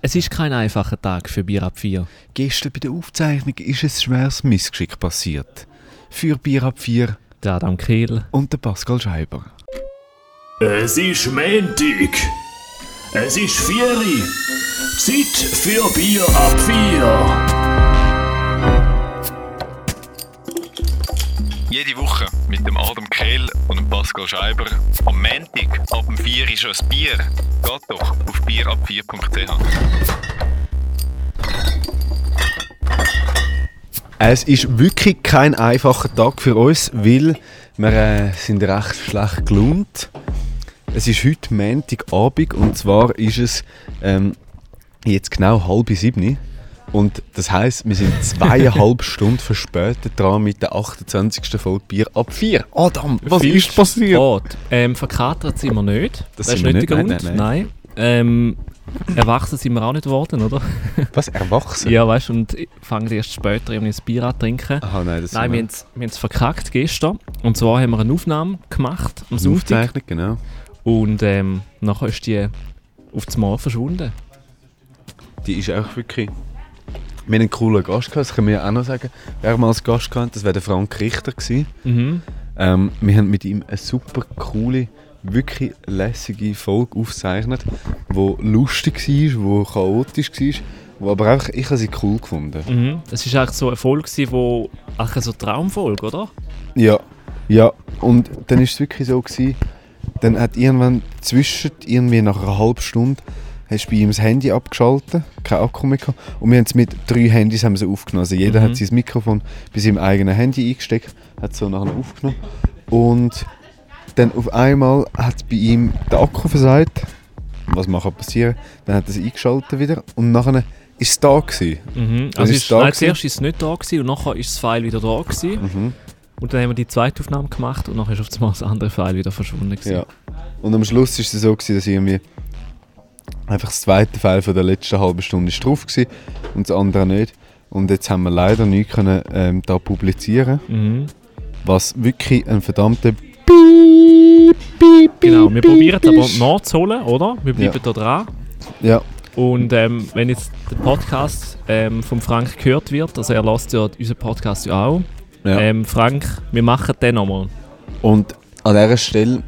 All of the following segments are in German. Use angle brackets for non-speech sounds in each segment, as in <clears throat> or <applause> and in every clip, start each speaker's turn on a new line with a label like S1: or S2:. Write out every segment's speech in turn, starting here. S1: Es ist kein einfacher Tag für Bier ab 4.
S2: Gestern bei der Aufzeichnung ist ein schweres Missgeschick passiert. Für Bier ab 4
S1: Der Adam Kehl.
S2: und der Pascal Scheiber.
S3: Es ist Montag. Es ist Vieri. Zeit für Bier ab vier.
S4: Jede Woche mit dem Adam Kehl und dem Pascal Scheiber. Am Montag ab dem 4 ist schon ein Bier. Geht doch auf bierab4.ch.
S2: Es ist wirklich kein einfacher Tag für uns, weil wir äh, sind recht schlecht gelaunt. Es ist heute Montagabend und zwar ist es ähm, jetzt genau halb sieben. Und das heisst, wir sind zweieinhalb <laughs> Stunden verspätet dran mit der 28. Folge Bier ab 4. Adam, was
S1: Viel
S2: ist passiert?
S1: Sport. Ähm, verkatert sind wir nicht.
S2: Das
S1: ist
S2: sind wir
S1: nicht der
S2: nicht,
S1: Grund.
S2: nein,
S1: Nein. Ähm, erwachsen sind wir auch nicht geworden, oder?
S2: Ah, Was, erwachsen?
S1: Ja, weißt du, und fangen erst später irgendwie ein Bier an zu trinken.
S2: Aha, nein, das
S1: Nein, wir haben es verkackt gestern. Und zwar haben wir eine Aufnahme gemacht am
S2: eine
S1: Sonntag.
S2: Aufzeichnung, genau.
S1: Und ähm, nachher ist die auf das Mal verschwunden.
S2: Die ist auch wirklich... Wir haben einen coolen Gast gehabt, das können wir ja auch noch sagen. Wer mal als Gast gehabt, das wäre der Frank Richter gewesen.
S1: Mhm.
S2: Ähm, wir haben mit ihm eine super coole, wirklich lässige Folge aufgezeichnet, die lustig war, wo chaotisch war, wo aber einfach, ich habe sie cool gefunden.
S1: Mhm. Das war eigentlich so eine Folge, gewesen, wo ach, so eine Traumfolge, oder?
S2: Ja, ja. Und dann ist es wirklich so gewesen, dann hat irgendwann zwischen, irgendwie nach einer halben Stunde, hast du bei ihm das Handy abgeschaltet, kein Akku mehr gehabt. Und wir haben es mit drei Handys haben wir so aufgenommen. Also jeder
S1: Mhm.
S2: hat sein Mikrofon bei seinem eigenen Handy eingesteckt, hat es so nachher aufgenommen. Und dann auf einmal hat bei ihm der Akku versagt. Was kann passieren? Dann hat er es eingeschaltet wieder und nachher ist es da gewesen.
S1: Mhm.
S2: Dann
S1: Also
S2: ist
S1: ist,
S2: es da
S1: nein,
S2: gewesen? Mhm.
S1: zuerst war es nicht da gewesen, und nachher ist das File wieder da. Gewesen. Und dann haben wir die zweite Aufnahme gemacht und nachher ist auf einmal das andere File wieder verschwunden. Gewesen.
S2: Ja. Und am Schluss war es so, gewesen, dass irgendwie einfach das zweite Teil von der letzten halben Stunde ist drauf war und das andere nicht. Und jetzt haben wir leider nichts können, ähm, da publizieren
S1: Mhm.
S2: was wirklich ein verdammter
S1: Genau, wir probieren es aber nachzuholen, oder? Wir bleiben da dran.
S2: Ja,
S1: Und ähm, wenn jetzt der Podcast ähm, von Frank gehört wird, also er lässt ja unseren Podcast ja auch.
S2: Ja.
S1: Ähm, Frank, wir machen den nochmal.
S2: und an dieser Stelle,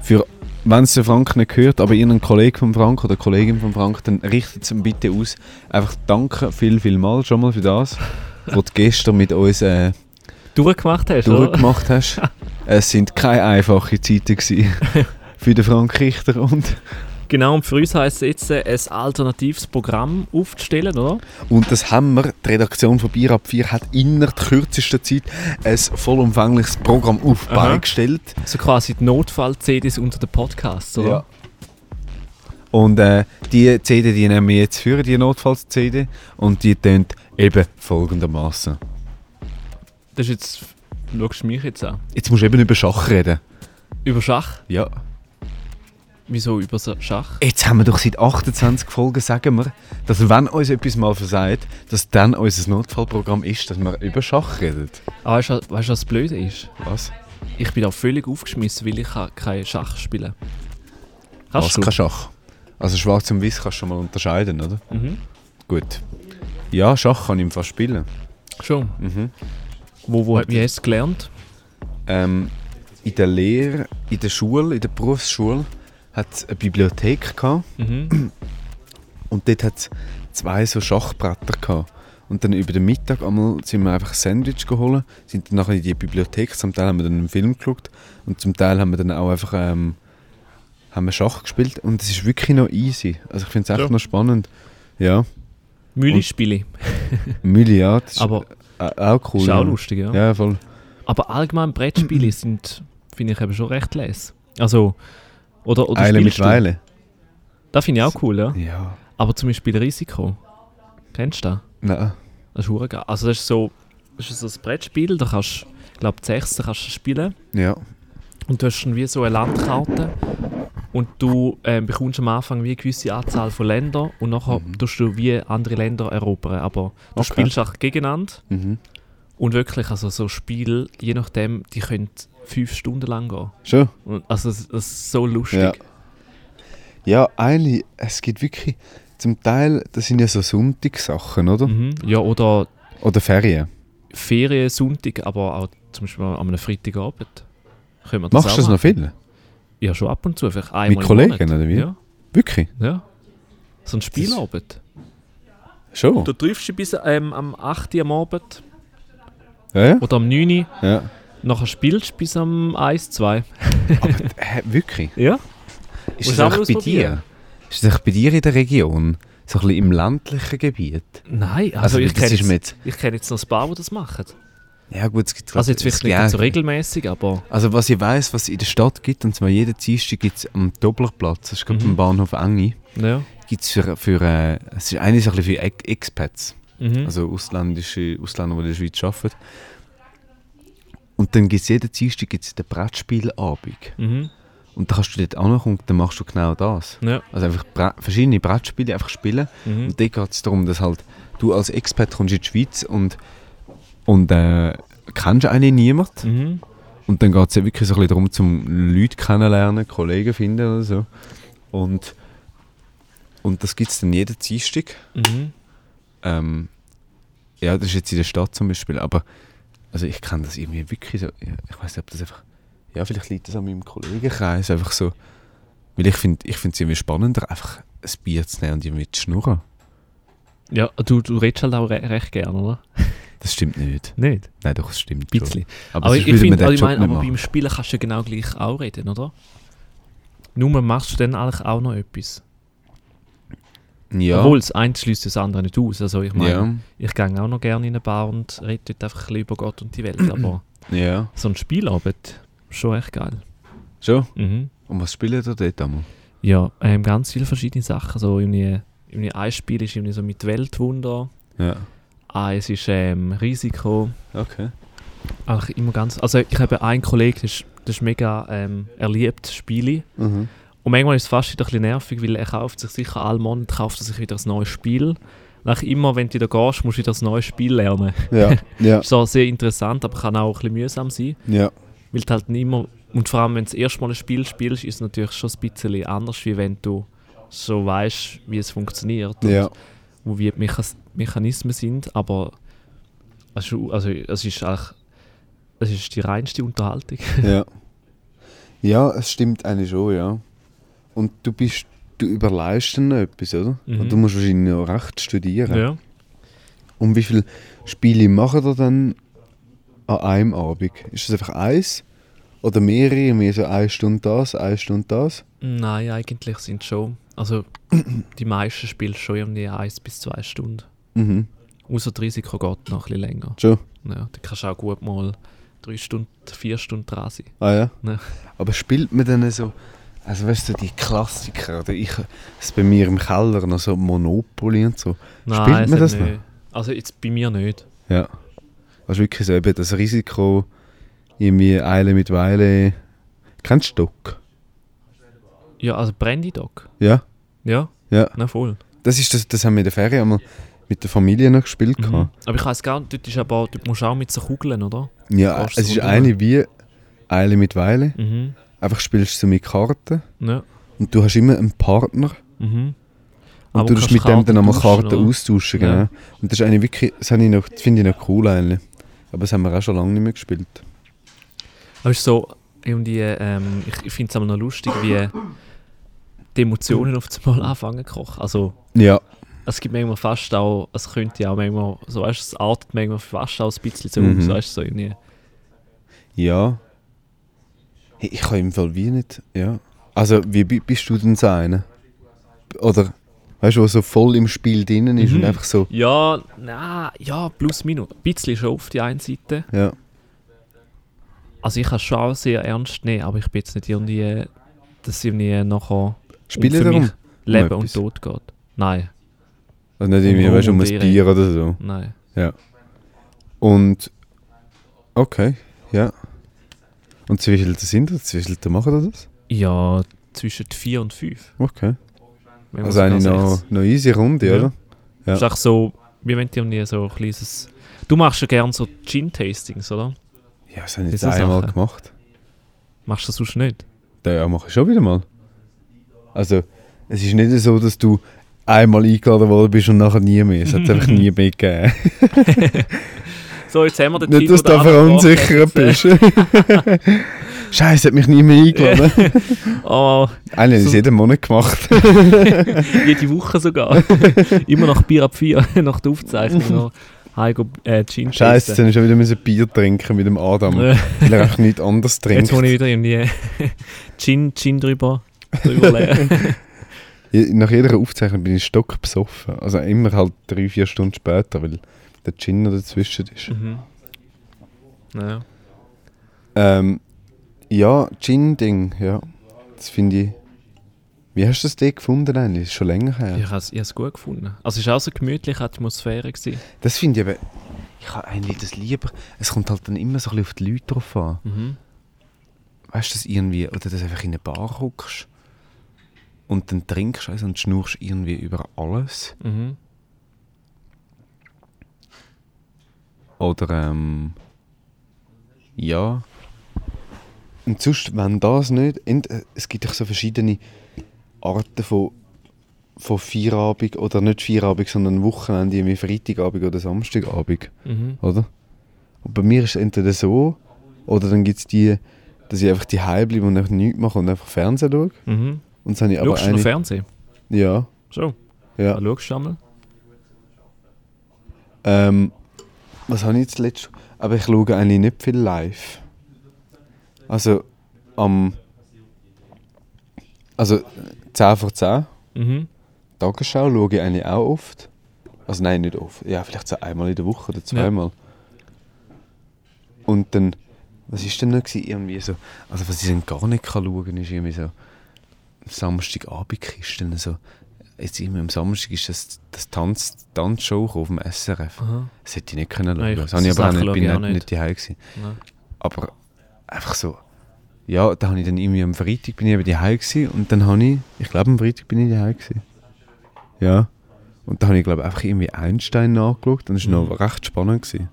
S2: für, wenn es der Frank nicht hört, aber irgendein Kollege von Frank oder Kollegin von Frank, dann richtet es ihm bitte aus. Einfach danke viel, viel mal schon mal
S1: <laughs>
S2: für das, was du gestern mit uns äh,
S1: Durchgemacht hast, oder?
S2: durchgemacht hast. es sind keine einfachen Zeiten gewesen. für den Frank Richter und,
S1: <laughs> Genau, und für uns heisst es jetzt, äh, ein alternatives Programm aufzustellen, oder?
S2: und das haben wir, die Redaktion von Bier ab 4 hat innerhalb der kürzesten Zeit ein vollumfängliches Programm auf die
S1: Aha.
S2: Beine gestellt.
S1: So quasi die Notfall-CDs unter den Podcasts, oder?
S2: Ja. Und äh, die CD, die nehmen wir jetzt für, die Notfalls-CD, und die tönt eben folgendermaßen.
S1: Das ist jetzt. Schaust du mich jetzt an?
S2: Jetzt musst du eben über Schach reden.
S1: Über Schach?
S2: Ja.
S1: Wieso über so- Schach?
S2: Jetzt haben wir doch seit 28 Folgen, sagen wir, dass wenn uns etwas mal versagt, dass dann unser Notfallprogramm ist, dass wir über Schach reden.
S1: Aber Ah, weißt du, was- weißt du, was das Blöde ist?
S2: Was?
S1: Ich bin auch völlig aufgeschmissen, weil ich kann kein Schach spielen kann.
S2: Was
S1: Kannst du?
S2: kein Schach? Also schwarz und weiß kannst du schon mal unterscheiden, oder?
S1: Mhm.
S2: Gut. Ja, Schach kann ich im Fall spielen.
S1: Schon.
S2: Mhm.
S1: Wo, wo, wie hast du es gelernt?
S2: Ähm, in der Lehre, in der Schule, in der Berufsschule, hat es eine Bibliothek gehabt.
S1: Mhm.
S2: Und dort hat es zwei so Schachbretter gehabt. Und dann über den Mittag einmal sind wir einfach ein Sandwich geholt, sind dann nachher in die Bibliothek, zum Teil haben wir dann einen Film geschaut und zum Teil haben wir dann auch einfach ähm, haben wir Schach gespielt und es ist wirklich noch easy. Also ich finde es echt noch spannend. Ja,
S1: Mühle spiele
S2: Milliard ist
S1: Aber
S2: äh, auch cool.
S1: ist auch
S2: ja.
S1: lustig, ja.
S2: Ja, voll.
S1: Aber allgemein Brettspiele sind, finde ich, eben schon recht les. Also, oder, oder
S2: Eile mit
S1: spielst du?
S2: Weile.
S1: Das finde ich auch cool, ja.
S2: Ja.
S1: Aber zum Beispiel Risiko. Kennst du das?
S2: Nein.
S1: Das ist hure geil. Also das ist so, das ist so ein Brettspiel, da kannst ich glaube sechs da kannst du spielen
S2: Ja.
S1: und du hast dann wie so eine Landkarte und du ähm, bekommst am Anfang wie eine gewisse Anzahl von Ländern und nachher tust du wie andere Länder erobern, aber du
S2: Mhm. Okay.
S1: spielst auch gegeneinander
S2: Mhm.
S1: und wirklich also so Spiele, je nachdem, die können fünf Stunden lang gehen.
S2: Schon?
S1: Und, also das, das ist so lustig.
S2: Ja. Ja, eigentlich, es gibt wirklich zum Teil, das sind ja so Sonntagssachen, oder?
S1: Mhm. Ja, oder
S2: Oder Ferien.
S1: Ferien, Sonntag, aber auch zum Beispiel an einem Freitagabend. Können wir das
S2: Machst
S1: auch
S2: du das noch
S1: machen.
S2: viel?
S1: Ja, schon ab und zu. Vielleicht einmal im
S2: Kollegen,
S1: Monat.
S2: oder wie?
S1: Ja,
S2: Wirklich?
S1: ja. So ein Spielabend.
S2: Schon?
S1: Du triffst dich bis ähm, am 8. Uhr am Abend
S2: Ja, ja.
S1: oder am 9. Uhr.
S2: ja.
S1: Nachher spielst du bis am 1, 2.
S2: Hä, wirklich?
S1: Ja?
S2: Ist
S1: Muss
S2: das
S1: auch
S2: auch bei
S1: ausprobieren.
S2: dir? Ist das auch bei dir in der Region? So ein bisschen im ländlichen Gebiet?
S1: Nein, also, ich
S2: das
S1: kenne
S2: ist
S1: jetzt,
S2: mit...
S1: ich kenn jetzt noch ein paar, die das machen.
S2: Ja gut, es gibt...
S1: Also jetzt
S2: es
S1: vielleicht nicht
S2: gibt-
S1: ganz so regelmäßig, aber
S2: Also was ich weiß, was es in der Stadt gibt, und zwar jeden Dienstag gibt es am Dopplerplatz, das ist gerade
S1: Mhm.
S2: am Bahnhof Engi,
S1: ja.
S2: gibt es für, für äh, es ist eigentlich so ein bisschen für Ex- Expats,
S1: Mhm.
S2: also ausländische, Ausländer, die in der Schweiz arbeiten. Und dann gibt es jeden Dienstag gibt's den Brettspielabend.
S1: Mhm.
S2: Und da kannst du dort auch noch und dann machst du genau das.
S1: Ja.
S2: Also einfach Bre verschiedene Brettspiele einfach spielen.
S1: Mhm.
S2: Und dort geht es darum, dass halt du als Expat kommst in die Schweiz und, und äh, kennst eigentlich niemanden.
S1: Mhm.
S2: Und dann geht es ja wirklich so ein bisschen darum, zum Leute kennenlernen, Kollegen finden oder so. Und, und das gibt es dann jeden Dienstag.
S1: Mhm.
S2: Ähm, ja, das ist jetzt in der Stadt zum Beispiel, aber also ich kenne das irgendwie wirklich so. ja, Ich weiß nicht, ob das einfach. Ja, vielleicht liegt das an meinem Kollegenkreis einfach so. Weil ich finde ich find's irgendwie spannender, einfach ein Bier zu nehmen und irgendwie zu schnurren.
S1: Ja, du, du redest halt auch re recht gerne, oder?
S2: Das stimmt nicht.
S1: Nicht?
S2: Nein, doch, es stimmt.
S1: Ein
S2: schon.
S1: bisschen.
S2: Aber,
S1: Aber
S2: sonst
S1: ich, ich
S2: würde man
S1: finde, also
S2: den
S1: ich
S2: Job
S1: meine,
S2: nicht
S1: aber
S2: machen.
S1: beim Spielen kannst du ja genau gleich auch reden, oder? Nur machst du dann eigentlich auch noch etwas.
S2: ja,
S1: Obwohl, das eine schließt das andere nicht aus. Also ich meine,
S2: ja,
S1: ich gehe auch noch gerne in eine Bar und rede dort einfach ein bisschen über Gott und die
S2: <clears throat>
S1: Welt. Aber
S2: ja.
S1: so ein Spielabend, schon echt geil.
S2: Schon?
S1: Mhm.
S2: Und was spielt ihr dort einmal?
S1: Ja, ähm, ganz viele verschiedene Sachen. So irgendwie, irgendwie ein Spiel ist irgendwie so mit Weltwunder,
S2: Ja.
S1: eins ist ähm, Risiko.
S2: Okay.
S1: Eigentlich immer ganz, also ich habe einen Kollegen, der ist, der ist mega ähm, er liebt Spiele.
S2: Mhm.
S1: Und manchmal ist es fast wieder ein bisschen nervig, weil er kauft sich sicher alle Monate kauft er sich wieder ein neues Spiel. Nach immer, wenn du wieder gehst, musst du wieder ein neues Spiel lernen.
S2: <laughs> Ja, ja,
S1: Ist zwar sehr interessant, aber kann auch ein bisschen mühsam sein.
S2: ja.
S1: Weil du halt nicht immer, und vor allem wenn du das erste Mal ein Spiel spielst, ist es natürlich schon ein bisschen anders, wie wenn du so weißt, wie es funktioniert und
S2: Ja.
S1: wo wie die Mechas- Mechanismen sind. Aber es ist, also, es ist eigentlich es ist die reinste Unterhaltung. <laughs>
S2: Ja. Ja, es stimmt eigentlich schon, ja. Und du bist, du überleist dann noch etwas, oder?
S1: Mhm.
S2: Und du musst wahrscheinlich noch recht studieren.
S1: Ja.
S2: Und wie viele Spiele machen ihr dann an einem Abend? Ist das einfach eins? Oder mehrere? Mehr so eine Stunde das, eine Stunde das?
S1: Nein, eigentlich sind schon.
S2: <clears throat>
S1: Also die meisten spielen schon irgendwie 1 bis 2 Stunden.
S2: Mhm.
S1: Außer das Risiko geht noch ein bisschen länger.
S2: Schon.
S1: Ja, da kannst du auch gut mal 3 Stunden, 4 Stunden dran sein. ne?
S2: Ah ja.
S1: Ja.
S2: Aber spielt man dann so, also weißt du, die Klassiker, oder ich, das bei mir im Keller noch so Monopoly und so.
S1: Nein,
S2: spielt man
S1: es
S2: das
S1: hat
S2: noch?
S1: nicht- Also jetzt bei mir nicht.
S2: Ja. Also wirklich so eben das Risiko, irgendwie Eile mit Weile. Kennst du Doc?
S1: Ja, also Brandy Dog.
S2: Ja,
S1: Ja,
S2: ja.
S1: na voll.
S2: Das, ist das, das haben wir in der Ferien einmal mit der Familie noch gespielt.
S1: Mhm.
S2: Mhm.
S1: Aber ich weiß gar nicht, dort ist aber, dort musst du auch mit so Kugeln, oder?
S2: Ja,
S1: Gehst
S2: es
S1: so
S2: ist
S1: durch.
S2: eine wie Eile mit Weile.
S1: Mhm.
S2: Einfach spielst du mit Karten
S1: Ja.
S2: und du hast immer einen Partner
S1: Mhm.
S2: und
S1: Aber
S2: du
S1: du kannst
S2: tust mit dem
S1: Karten
S2: dann einmal
S1: tauschen,
S2: Karten
S1: oder?
S2: austauschen. Genau.
S1: Ja.
S2: Und das ist eine wirklich, das habe ich noch, das finde ich noch cool eigentlich. Aber das haben wir auch schon lange nicht mehr gespielt.
S1: Aber es ist so, irgendwie, ähm, ich, ich finde es aber noch lustig, wie die Emotionen auf einmal anfangen zu kochen. Also
S2: Ja,
S1: es gibt manchmal fast auch, es könnte ja auch manchmal, so weißt du, es artet manchmal fast auch ein bisschen so
S2: Mhm.
S1: aus, weißt du, so irgendwie.
S2: Ja. Hey, ich kann im Fall wie nicht. Ja. Also, wie bi- bist du denn so einer? Oder, weißt du, der so voll im Spiel drinnen ist
S1: Mhm.
S2: und einfach so.
S1: Ja, na, ja, plus minus. Ein bisschen schon auf die einen Seite.
S2: Ja.
S1: Also ich kann es schon auch sehr ernst nehmen, aber ich bin jetzt nicht irgendwie, äh, dass irgendwie nachher
S2: Spiele
S1: um für
S2: darum.
S1: mich Leben
S2: Um
S1: und
S2: etwas.
S1: Tod geht. Nein,
S2: Also nicht irgendwie,
S1: Rum
S2: weißt du, um
S1: und
S2: ein
S1: Ehre.
S2: Bier oder so.
S1: nein.
S2: Und. Okay, ja. Und zu wie viel sind das? Zu wie viel machen das?
S1: Ja, zwischen 4 und 5.
S2: Okay. Also, eigentlich noch, noch easy Runde,
S1: Ja.
S2: oder?
S1: Ja. Ist auch so, wie wenn dir nie so ein kleines... Du machst ja gerne so Gin-Tastings, oder?
S2: Ja, das habe ich
S1: Das
S2: jetzt
S1: ist eine
S2: einmal
S1: Sache.
S2: gemacht.
S1: Machst du das sonst nicht?
S2: Da ja, mache ich schon wieder mal. Also, es ist nicht so, dass du einmal eingeladen worden bist und nachher nie mehr. Es hat
S1: <laughs>
S2: einfach nie mehr gegeben.
S1: So, jetzt haben wir den
S2: Nicht, dass
S1: wo
S2: du da
S1: der andere
S2: verunsichert
S1: Podcast-
S2: bist. <laughs> Scheiße, hat mich nie mehr eingeladen.
S1: Oh,
S2: Eigentlich habe ich es jeden Monat gemacht.
S1: <laughs> jede Woche
S2: <laughs>
S1: sogar. Immer nach Bier ab 4, <laughs> nach der Aufzeichnung noch heim go, äh, Gin
S2: Scheiße,
S1: testen.
S2: dann musst du wieder müssen Bier trinken mit dem Adam.
S1: Äh,
S2: Weil er auch nichts anderes
S1: Jetzt muss ich
S2: trinkt.
S1: wieder irgendwie <laughs> äh, Gin, Gin drüber, drüber
S2: <laughs>
S1: leeren.
S2: Je- Nach jeder Aufzeichnung bin ich stockbesoffen. Also immer halt drei, vier Stunden später, weil der Gin noch dazwischen ist.
S1: mhm. Ja.
S2: Ähm, ja, Gin-Ding, ja. Das finde ich. Wie hast du das Ding gefunden eigentlich? Ist schon länger her.
S1: Ich habe es gut gefunden. Also es war auch so eine gemütliche Atmosphäre. Gewesen.
S2: Das finde ich eben. Ich habe eigentlich das lieber. Es kommt halt dann immer so ein bisschen auf die Leute drauf an.
S1: Mhm.
S2: Weißt du, dass irgendwie. Oder dass du einfach in eine Bar hockst und dann trinkst also, und schnurst irgendwie über alles.
S1: Mhm.
S2: Oder ähm. Ja. Und sonst, wenn das nicht. ent- äh, Es gibt doch so verschiedene Arten von, von Feierabend oder nicht Feierabend, sondern Wochenende wie Freitagabend oder Samstagabend,
S1: Mhm.
S2: oder? Und bei mir ist es entweder so, oder dann gibt es die, dass ich einfach die bleibe und einfach nichts mache und einfach Fernsehen schaue.
S1: Mhm.
S2: Und dann habe ich aber
S1: Schaust du noch
S2: eine.
S1: Fernsehen?
S2: Ja,
S1: So,
S2: ja.
S1: ja. schaust du einmal?
S2: Ähm, was habe ich jetzt letztes? Aber ich schaue eigentlich nicht viel live. Also am. Also 10 vor 10,
S1: Mhm.
S2: Tagesschau schaue ich eigentlich auch oft. Also nein, nicht oft. Ja, vielleicht so einmal in der Woche oder zweimal. Und dann. Was ist denn noch gewesen? irgendwie so? Also was ich dann gar nicht kann schauen ist irgendwie so. Samstagabendkisten. So. Jetzt immer am Samstag ist das, das Tanz, Tanzshow auf dem SRF.
S1: Aha.
S2: Das hätte ich nicht können schauen.
S1: Nein, ich-
S2: das habe ich
S1: so
S2: aber auch
S1: Sachen
S2: nicht, bin
S1: schaue ich
S2: auch
S1: auch
S2: nicht,
S1: nicht.
S2: nicht daheim gewesen.
S1: Nein.
S2: Aber einfach so. Ja, da habe ich dann irgendwie am Freitag bin ich eben daheim gewesen und dann habe ich, ich glaube am Freitag bin ich daheim gewesen. Ja. Und da habe ich glaube einfach irgendwie Einstein nachgeschaut und das war noch recht spannend. Gewesen.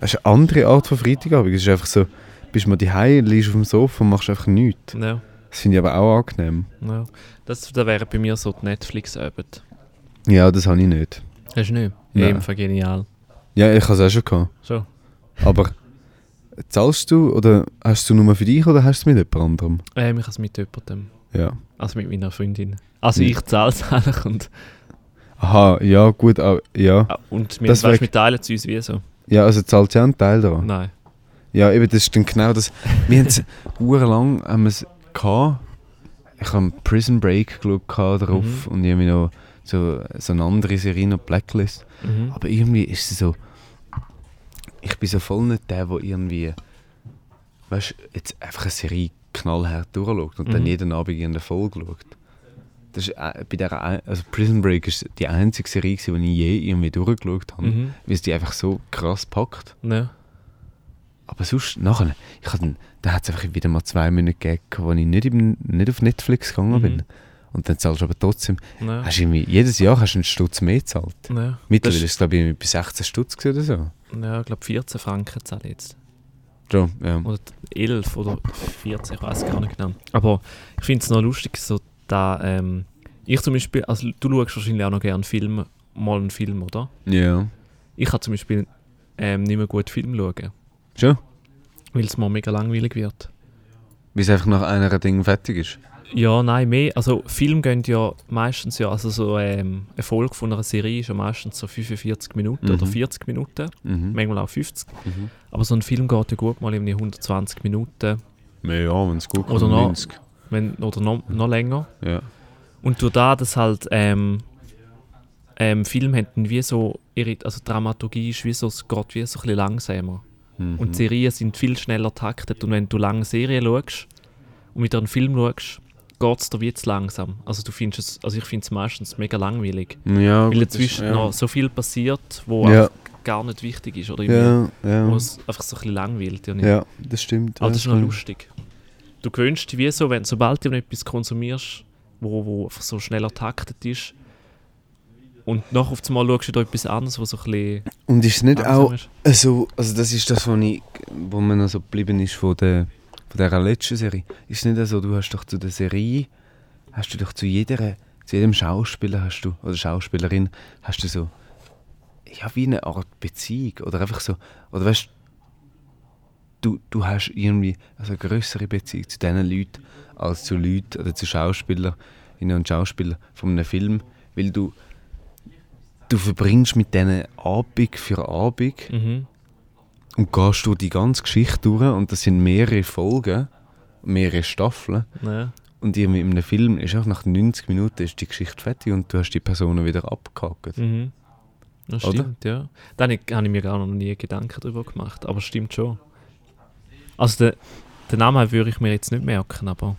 S2: Das ist eine andere Art von Freitagabend. Es ist einfach so, bist mal daheim, liegst auf dem Sofa und machst einfach nichts.
S1: Ja.
S2: Das finde ich aber auch angenehm.
S1: Ja. Das, das wäre bei mir so die Netflix-Arbeit.
S2: Ja, das habe ich nicht.
S1: Hast du nicht?
S2: Nein.
S1: Ebenfalls genial.
S2: Ja, ich habe es auch schon gehabt.
S1: So.
S2: Aber zahlst du oder hast du nur für dich oder hast du es mit jemand anderem?
S1: Ähm, ich habe es mit jemandem.
S2: Ja.
S1: Also mit meiner Freundin. Also
S2: Mhm.
S1: ich zahle es eigentlich und,
S2: Aha, ja, gut, ah, ja.
S1: und wir,
S2: Das
S1: weißt,
S2: wär-
S1: wir teilen es uns wie so.
S2: Ja, also zahlt ja einen Teil daran.
S1: Nein.
S2: Ja, eben, das ist dann genau das. Wir haben <laughs> es lang haben wir's gehabt. Ich habe Prison Break geschaut gehabt drauf
S1: Mhm.
S2: und irgendwie noch so, so eine andere Serie, noch Blacklist.
S1: Mhm.
S2: Aber irgendwie ist es so. Ich bin so voll nicht der, der irgendwie. Weißt du, jetzt einfach eine Serie knallhart durchschaut und dann
S1: Mhm.
S2: jeden Abend in der Folge schaut. Das ist, äh, bei der, ein- also Prison Break ist die einzige Serie, gewesen, die ich je irgendwie durchgeschaut habe,
S1: Mhm.
S2: weil es die einfach so krass packt.
S1: Ja.
S2: Aber sonst, nachher, ich hatte, da hat es einfach wieder mal zwei Minuten gegeben, wo ich nicht, im, nicht auf Netflix gegangen
S1: Mhm.
S2: bin. Und dann zahlst du aber trotzdem,
S1: Nein.
S2: hast du irgendwie, jedes Jahr hast du einen Stutz mehr gezahlt.
S1: Nein.
S2: Mittlerweile ist es, glaube ich, irgendwie bei 16 Stutz gewesen oder so.
S1: Ja, ich glaube 14 Franken zahle ich jetzt.
S2: So, ja.
S1: Oder 11 oder 14, ich weiß gar nicht genau. Aber ich finde es noch lustig, so da ähm, ich zum Beispiel, also du schaust wahrscheinlich auch noch gerne Filme, mal einen Film, oder?
S2: Ja.
S1: Ich kann zum Beispiel ähm, nicht mehr gut Film schauen,
S2: Schon?
S1: weil es mir mega langweilig wird.
S2: Weil es einfach nach einer Ding fertig ist.
S1: Ja, nein, mehr. Also Film gehen ja meistens ja, also so ähm, eine Folge von einer Serie ist ja meistens so 45 Minuten
S2: Mhm.
S1: oder 40 Minuten,
S2: Mhm.
S1: manchmal auch 50.
S2: Mhm.
S1: Aber so ein Film geht ja gut mal irgendwie 120 Minuten
S2: Ja, wenn es gut
S1: Oder noch- wenn, oder noch, noch länger.
S2: Ja.
S1: Und durch da, dass halt ähm, ähm, Filme hätten wie so ihre, also die Dramaturgie ist wie so, es geht wie so ein bisschen langsamer.
S2: Mhm.
S1: Und die Serien sind viel schneller taktet und wenn du lange Serien schaust und wieder einen Film schaust, geht es dir wie zu langsam. Also du findest es, also ich finde es meistens mega langweilig. Weil
S2: Ja, gut, das-
S1: dazwischen
S2: ja.
S1: noch so viel passiert, wo
S2: Ja.
S1: auch gar nicht wichtig ist oder irgendwie,
S2: Ja, ja.
S1: wo es einfach so ein bisschen langweilt. Ja,
S2: Ja, das stimmt.
S1: aber Ah,
S2: ja,
S1: das ist noch
S2: stimmt.
S1: lustig. Du gewöhnst dich wie so, wenn, sobald du etwas konsumierst, wo, wo einfach so schneller taktet ist und nach auf einmal schaust du da etwas anderes, was so ein bisschen
S2: Und ist es nicht
S1: langsam
S2: auch
S1: ist.
S2: so, also das ist das, wo, ich, wo man noch so geblieben ist von der, von der letzten Serie. Ist es nicht auch so, du hast doch zu der Serie, hast du doch zu jeder zu jedem Schauspieler hast du, oder Schauspielerin, hast du so, ja, wie eine Art Beziehung. Oder einfach so, oder weißt du, du hast irgendwie also eine größere Beziehung zu diesen Leuten als zu Leuten oder zu Schauspielerinnen und Schauspielern von einem Film, weil du, du verbringst mit denen Abend für Abend
S1: Mhm.
S2: und gehst durch die ganze Geschichte durch und das sind mehrere Folgen, mehrere Staffeln
S1: Ja.
S2: und irgendwie in einem Film ist auch nach 90 Minuten ist die Geschichte fertig und du hast die Personen wieder abgehakt.
S1: Mhm. Das
S2: Oder?
S1: stimmt, ja. Da habe ich, habe ich mir gar noch nie Gedanken darüber gemacht, aber stimmt schon. Also den, den Namen würde ich mir jetzt nicht merken, aber.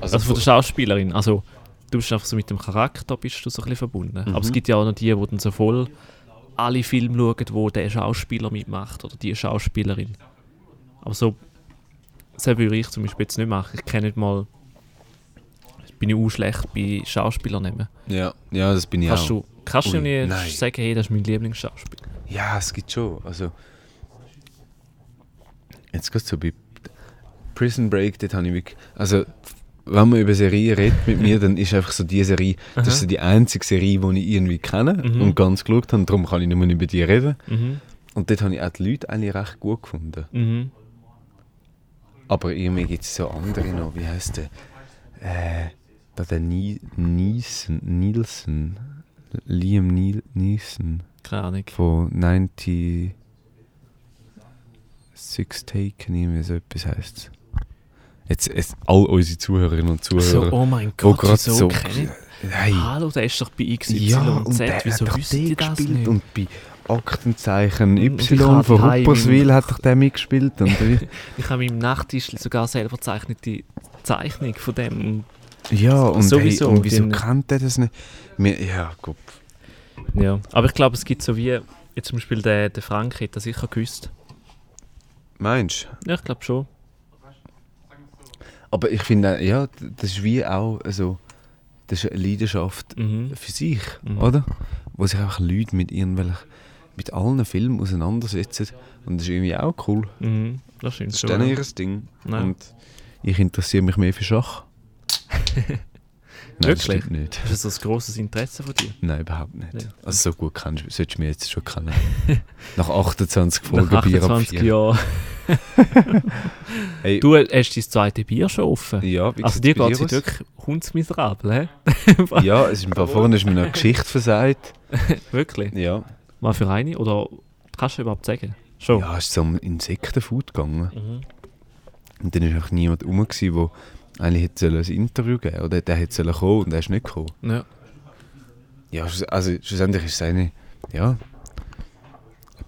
S1: Also, von der Schauspielerin. Also du bist einfach so mit dem Charakter bist du so ein bisschen verbunden. Aber es gibt ja auch noch die, die dann so voll alle Filme schauen, wo der Schauspieler mitmacht oder die Schauspielerin. Aber so, das würde ich zum Beispiel jetzt nicht machen. Ich kenne nicht mal. Bin ich auch schlecht bei Schauspielern nehmen.
S2: Ja, ja, das bin ich
S1: Kannst
S2: auch.
S1: du, kannst du
S2: Ui,
S1: nicht
S2: nein.
S1: sagen, hey, das ist mein Lieblingsschauspieler?
S2: Ja, es gibt schon. Also, jetzt geht es so bei Prison Break, dort habe ich wirklich. Also, wenn man über Serien redet mit mir, dann ist einfach so die Serie, das ist so die einzige Serie, die ich irgendwie kenne und ganz geschaut habe. Darum kann ich nicht mehr über die reden.
S1: Mhm.
S2: Und dort habe ich auch die Leute eigentlich recht gut gefunden.
S1: Mhm.
S2: Aber irgendwie gibt es so andere noch. Wie heißt der? Äh, da der Ni Nielsen, Nielsen. Liam Niel Nielsen
S1: Keine Ahnung.
S2: von 96 Taken, irgendwie so etwas heisst Jetzt, jetzt all unsere Zuhörerinnen und Zuhörer,
S1: So, oh mein
S2: wo
S1: Gott,
S2: gerade
S1: wieso
S2: so...
S1: kenne ich-
S2: Nein,
S1: Hallo, der ist doch bei XYZ,
S2: ja, und der
S1: wieso
S2: hat doch
S1: wisst
S2: den
S1: ihr das
S2: gespielt
S1: nicht?
S2: und bei Aktenzeichen
S1: ich
S2: Y
S1: habe
S2: von
S1: daheim im-
S2: Rupperswil hat doch der mitgespielt und
S1: <laughs> Ich habe im Nachttisch sogar selber zeichnete Zeichnung von dem.
S2: ja, und, hey,
S1: Sowieso,
S2: und wieso
S1: den-
S2: kennt der das nicht? Mir, ja, gut.
S1: Ja. Aber ich glaube, es gibt so wie, jetzt zum Beispiel der, der Frank hätte das sicher gewusst.
S2: Meinst du?
S1: Ja, ich glaube schon.
S2: Aber ich finde, ja, d- das ist wie auch, also, das ist eine Leidenschaft
S1: Mhm.
S2: für sich,
S1: Mhm.
S2: oder? Wo sich einfach Leute mit irgendwelchen, mit allen Filmen auseinandersetzen und das ist irgendwie auch cool.
S1: Mhm. Das stimmt
S2: Das ist
S1: schon.
S2: dann
S1: ja.
S2: ihr Ding.
S1: Nein.
S2: Und ich interessiere mich mehr
S1: <laughs>
S2: für Schach. Nein,
S1: Wirklich?
S2: das stimmt nicht.
S1: Ist das ein grosses Interesse von dir?
S2: Nein, überhaupt nicht.
S1: Ja.
S2: Also so gut kannst, du- solltest du mich jetzt schon kennen. <laughs> Nach 28 Folgen
S1: Nach
S2: Bier ab
S1: 28
S2: vier.
S1: Jahren.
S2: <laughs>
S1: <laughs>
S2: Hey.
S1: Du hast dein zweites Bier schon offen.
S2: Ja, wie
S1: Also
S2: sieht's
S1: dir
S2: bei
S1: geht es
S2: aus?
S1: wirklich hundsmiserabel, hä?
S2: Ja, es ist,
S1: <laughs>
S2: mir- vorhin ist mir noch eine Geschichte versagt.
S1: wirklich?
S2: Ja.
S1: Mal für eine? Oder kannst du überhaupt sagen? Schon.
S2: Ja, es ist so um Insektenfood gegangen. Und dann war einfach niemand rum, gewesen, wo eigentlich hätte sollen ein Interview geben oder der hätte sollen kommen und der ist nicht gekommen.
S1: Ja.
S2: Ja, schluss- also schlussendlich ist es eine, ja,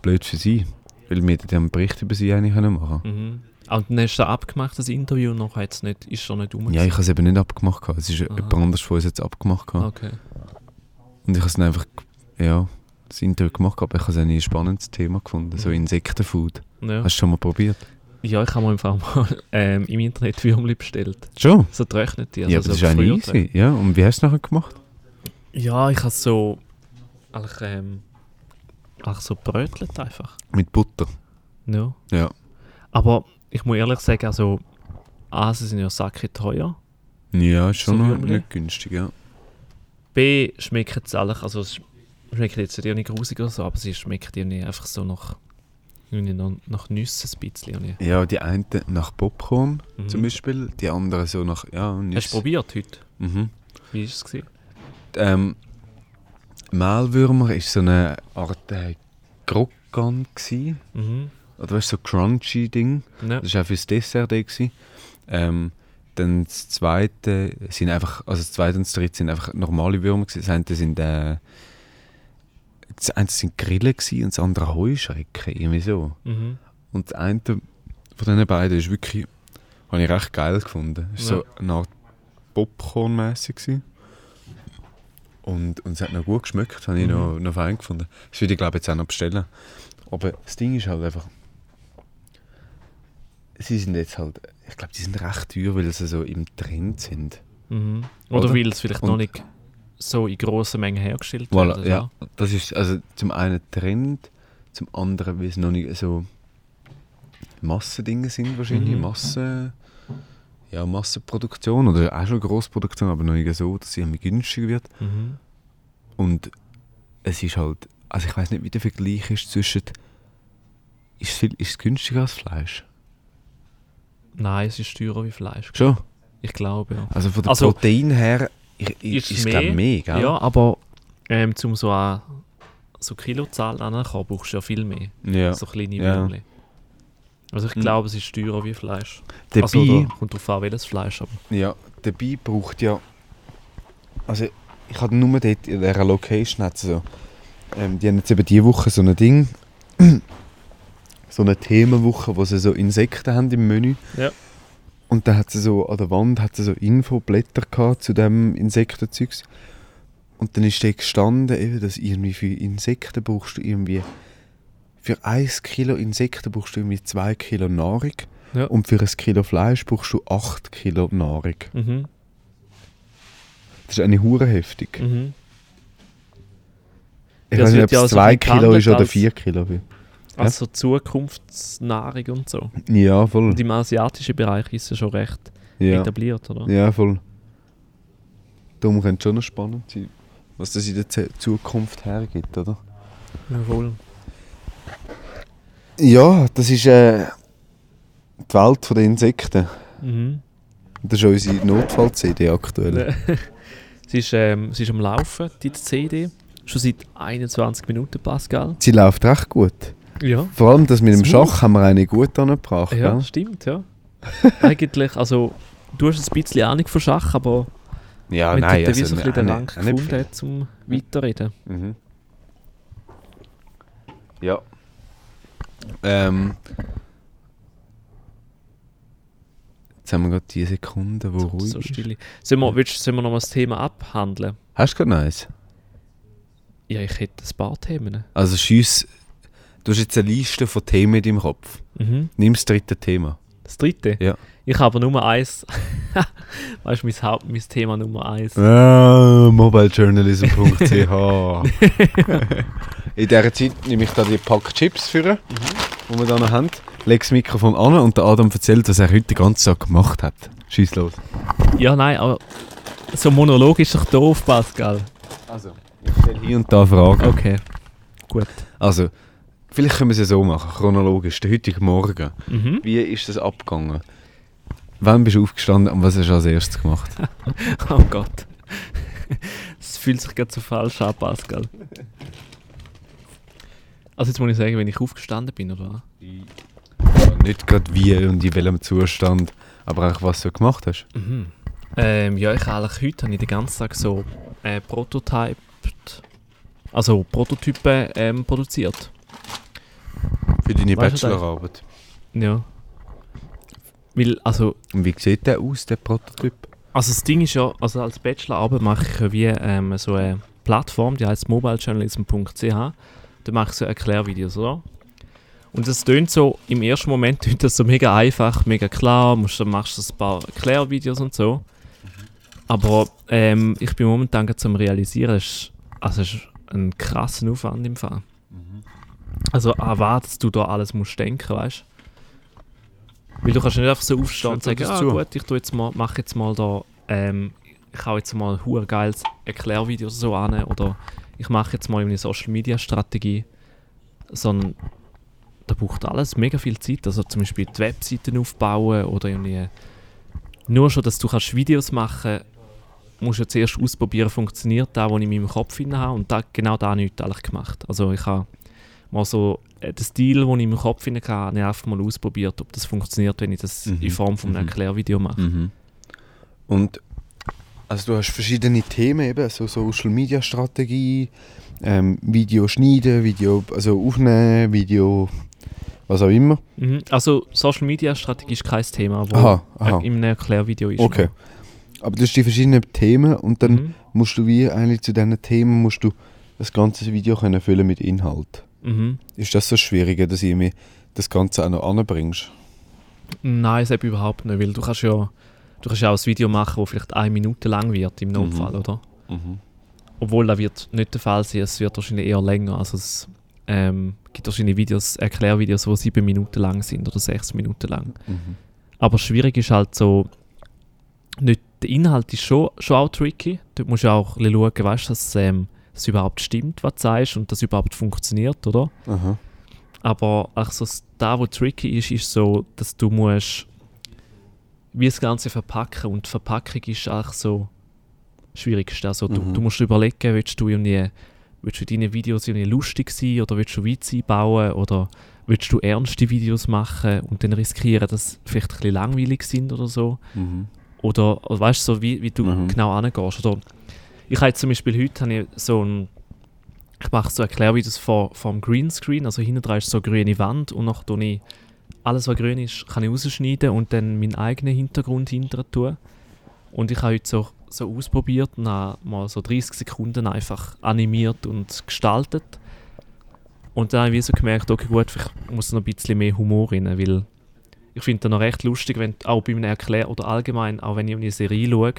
S2: blöd für sie, weil wir dann einen Bericht über sie eigentlich können machen können.
S1: Mhm. Ah, Und dann hast du abgemacht, das Interview, und nachher hat's nicht, ist er nicht rum.
S2: Ja, ich habe es eben nicht abgemacht. gehabt. Es ist jemand anders von uns jetzt abgemacht. gehabt.
S1: Okay.
S2: Und ich habe es dann einfach, ja, das Interview gemacht, gehabt, aber ich habe es eigentlich ein spannendes Thema gefunden, so Insektenfood.
S1: Ja.
S2: Hast du schon mal probiert?
S1: ja, ich habe mir im Fall mal <laughs> ähm, im Internet Würmli bestellt.
S2: Schon?
S1: So trocknet die.
S2: ja, aber
S1: also
S2: das ist
S1: so
S2: eigentlich
S1: gefrorene.
S2: easy. Ja, und wie hast du es nachher gemacht?
S1: Ja, ich habe so. Eigentlich, ähm, eigentlich so brötelt einfach.
S2: Mit Butter.
S1: Ja.
S2: Ja.
S1: Aber ich muss ehrlich sagen, also. Asen sind ja sacke teuer.
S2: Ja, ist schon
S1: So
S2: noch
S1: Würmli?
S2: nicht günstig, ja.
S1: B schmeckt es eigentlich, also es schmeckt jetzt ja nicht grusig oder so, aber es schmeckt ja nicht einfach so nach, irgendwie nach, nach Nüssen ein bisschen. irgendwie.
S2: Ja, die einen nach Popcorn zum Beispiel, die anderen so nach, ja,
S1: Mhm. Hast du es
S2: Nüsse.
S1: probiert heute?
S2: Mhm.
S1: Wie ist es gewesen?
S2: Ähm, Mehlwürmer war so eine Art äh, Grockgan. gsi.
S1: Mhm. Ne,
S2: Oder weißt du, so crunchy Ding.
S1: Ja.
S2: Das war auch fürs Dessert. da gsi. Ähm, dann das zweite sind einfach, also das zweite und das dritte sind einfach normale Würmer. gsi. Das eine sind, äh, das eine sind Grillen gsi und das andere Heuschrecken, irgendwie so.
S1: Mhm.
S2: Und das eine von diesen beiden ist wirklich, habe ich recht geil gefunden. Es war
S1: Ja.
S2: so eine Art Popcorn-mässig. gewesen. Und, und es hat noch gut geschmeckt, das habe ich noch, noch fein gefunden. Das würde ich glaube ich jetzt auch noch bestellen. Aber das Ding ist halt einfach, sie sind jetzt halt, ich glaube, die sind recht teuer, weil sie so im Trend sind.
S1: Mhm. Oder,
S2: Oder?
S1: weil es vielleicht noch
S2: Und-
S1: nicht so in grossen Mengen hergestellt
S2: Voilà,
S1: wird.
S2: ja. Das ist also zum einen Trend, zum anderen, weil es noch nicht so Massendinge sind wahrscheinlich,
S1: Mhm.
S2: Massen... ja, Massenproduktion oder auch schon Grossproduktion, aber noch nicht so, dass sie irgendwie günstiger wird.
S1: Mhm.
S2: Und es ist halt, also ich weiß nicht, wie der Vergleich ist zwischen, ist es, viel, ist es günstiger als Fleisch?
S1: Nein, es ist teurer wie Fleisch.
S2: Schon?
S1: Ich glaube, ja.
S2: Also von der
S1: Also-
S2: Protein her ich, ich,
S1: Ist
S2: ist
S1: es
S2: es glaube
S1: mehr?
S2: ich mehr, gell?
S1: Ja, aber ähm, um so an so Kilozahlen anzukommen, brauchst du ja viel mehr.
S2: ja.
S1: So kleine
S2: Ja.
S1: Würmchen. Also ich
S2: Hm.
S1: glaube, es ist teurer wie Fleisch.
S2: Dabei,
S1: also, oder, kommt drauf an, welches Fleisch. Aber.
S2: ja, dabei braucht ja, also ich hatte nur dort in dieser Location, hat so, ähm, die haben jetzt eben diese Woche so ein Ding, <clears throat> so eine Themenwoche, wo sie so Insekten haben im Menü.
S1: Ja.
S2: Und dann hat sie so an der Wand hat sie so Infoblätter gehabt zu dem Insektenzeugs. Und dann ist da gestanden, eben, dass irgendwie für Insekten brauchst du irgendwie für 1 Kilo Insekten brauchst du irgendwie 2 Kilo Nahrung
S1: Ja.
S2: und für ein Kilo Fleisch brauchst du 8 Kilo Nahrung.
S1: Mhm.
S2: Das ist eine hure heftig.
S1: Mhm.
S2: Ich
S1: Das
S2: weiß nicht,
S1: wird
S2: ob
S1: ja
S2: es
S1: also
S2: 2 Kilo
S1: gehandelt
S2: ist oder
S1: als-
S2: 4 Kilo.
S1: Also Zukunftsnahrung und so.
S2: Ja, voll.
S1: Und im asiatischen Bereich ist es schon recht
S2: Ja.
S1: etabliert, oder?
S2: Ja, voll. Darum könnte es schon noch spannend sein, was das in der Z Zukunft hergibt, oder?
S1: Jawohl.
S2: Ja, das ist äh, die Welt der Insekten.
S1: Mhm.
S2: Das ist unsere Notfall-CD aktuell.
S1: es, ist, ähm, es ist am Laufen, die CD. Schon seit 21 Minuten, Pascal.
S2: Sie läuft recht gut.
S1: Ja.
S2: Vor allem das mit dem
S1: Smooth.
S2: Schach haben wir eine gut angebracht.
S1: Ja,
S2: Ja.
S1: stimmt, <laughs> ja. Eigentlich, also du hast ein bisschen Ahnung von Schach, aber
S2: ja,
S1: mit der Devise ein bisschen den Lang gefunden hat, zum weiterreden.
S2: Mhm. Ja. Ähm. Jetzt haben wir gerade die Sekunde, wo ruhig
S1: So
S2: ist.
S1: still. Sollen wir, willst, sollen wir noch mal das Thema abhandeln?
S2: Hast du gerade noch eins?
S1: Ja, ich hätte ein paar Themen.
S2: Also schiess. Du hast jetzt eine Liste von Themen in deinem Kopf.
S1: Mhm.
S2: Nimm das dritte Thema.
S1: Das dritte?
S2: Ja.
S1: Ich habe aber Nummer eins. <laughs> weißt du, mein, Haupt, mein Thema Nummer eins.
S2: Ah, <laughs> mobilejournalism.ch In dieser Zeit nehme ich da die Pack Chips für, die wir da noch haben, lege das Mikrofon an und der Adam erzählt, was er heute den ganzen Tag gemacht hat. Schieß los.
S1: Ja, nein, aber so ein Monolog ist doch doof, Pascal.
S2: Also, ich stelle hier und da Fragen.
S1: Okay. Gut. <laughs>
S2: Also, vielleicht können wir es ja so machen, chronologisch, der heutige Morgen.
S1: Mhm.
S2: Wie ist das abgegangen? Wann bist du aufgestanden und was hast du als erstes gemacht?
S1: Oh Gott. Es fühlt sich gerade so falsch an, Pascal. Also jetzt muss ich sagen, wenn ich aufgestanden bin, oder? was?
S2: Also, Nicht gerade wie und in welchem Zustand, aber auch was du gemacht hast.
S1: Mhm. Ähm, ja, ich habe eigentlich heute habe ich den ganzen Tag so äh, prototyped, also Prototypen ähm, produziert.
S2: Für deine
S1: Weißt du das?
S2: Bachelorarbeit.
S1: Ja. Weil, also,
S2: Und wie sieht der aus, der Prototyp?
S1: also das Ding ist ja, also als Bachelorarbeit mache ich ja wie ähm, so eine Plattform, die heißt mobilejournalism.ch. Da mache ich so Erklärvideos, oder? Und das tönt so, im ersten Moment tönt das so mega einfach, mega klar, musst, dann machst du ein paar Erklärvideos und so. Aber ähm, ich bin momentan gerade zum Realisieren, es ist, also es ist ein krasser Aufwand im Fall.
S2: Mhm.
S1: Also an was du da alles musst denken, weißt du? Weil du kannst nicht einfach so aufstehen und
S2: Schaut
S1: sagen,
S2: dir das
S1: ah,
S2: zu.
S1: gut, ich tu jetzt mal, mache jetzt mal da, ähm, ich hau jetzt mal ein hure geiles Erklärvideo oder so an oder ich mache jetzt mal eine Social Media Strategie, sondern da braucht alles mega viel Zeit. Also zum Beispiel die Webseiten aufbauen oder irgendwie. Nur schon, dass du kannst Videos machen musst du ja zuerst ausprobieren, funktioniert das, was ich in meinem Kopf drin habe. Und da, genau da nichts eigentlich gemacht. Also ich habe mal so äh, den Stil, den ich im Kopf drin hatte, habe ich einfach mal ausprobiert, ob das funktioniert, wenn ich das
S2: Mhm,
S1: in Form von einem
S2: mhm.
S1: Erklärvideo mache.
S2: Und also du hast verschiedene Themen, eben, so Social Media Strategie, ähm, Video schneiden, Video also aufnehmen, Video was auch immer.
S1: Mhm. Also Social Media Strategie ist kein Thema, wo
S2: Aha, aha.
S1: äh, in einem Erklärvideo ist.
S2: Okay. Aber du hast die verschiedenen Themen und dann
S1: Mhm.
S2: musst du wie eigentlich zu diesen Themen musst du das ganze Video können füllen mit Inhalt.
S1: Mhm.
S2: Ist das so schwieriger, dass ich mir das Ganze auch noch anbringst?
S1: Nein, das eben überhaupt nicht, weil du kannst ja du kannst ja auch ein Video machen, das vielleicht eine Minute lang wird im Notfall, oder? Obwohl, das wird nicht der Fall sein, es wird wahrscheinlich eher länger. Also es ähm, gibt wahrscheinlich Videos, Erklärvideos, die sieben Minuten lang sind oder sechs Minuten lang. Aber schwierig ist halt so, nicht, der Inhalt ist schon, schon auch tricky. Dort musst du auch ein bisschen schauen, weißt, dass ähm, es überhaupt stimmt, was du sagst und das überhaupt funktioniert, oder?
S2: Aha.
S1: Aber also das, da, wo tricky ist, ist so, dass du musst wie das Ganze verpacken und die Verpackung ist auch so schwierigste. Also du,
S2: Mhm.
S1: du musst dir überlegen, willst du irgendwie, willst du deine Videos irgendwie lustig sein oder willst du Witze einbauen oder willst du ernste Videos machen und dann riskieren, dass sie vielleicht ein bisschen langweilig sind oder so.
S2: Mhm.
S1: Oder, oder weißt du, so wie, wie du
S2: Mhm.
S1: genau angehst. Oder ich habe jetzt zum Beispiel heute habe ich so ein. Ich mache so Erklärvideos vor, vor dem Greenscreen. Also hinten dran ist so eine grüne Wand und noch tue ich alles, was grün ist, kann ich rausschneiden und dann meinen eigenen Hintergrund hinter tun. Und ich habe heute so, so ausprobiert und habe mal so 30 Sekunden einfach animiert und gestaltet. Und dann habe ich wie so gemerkt, okay, gut, ich muss noch ein bisschen mehr Humor rein, weil ich finde das noch recht lustig, wenn du auch bei einem Erklär oder allgemein, auch wenn ich eine Serie schaue,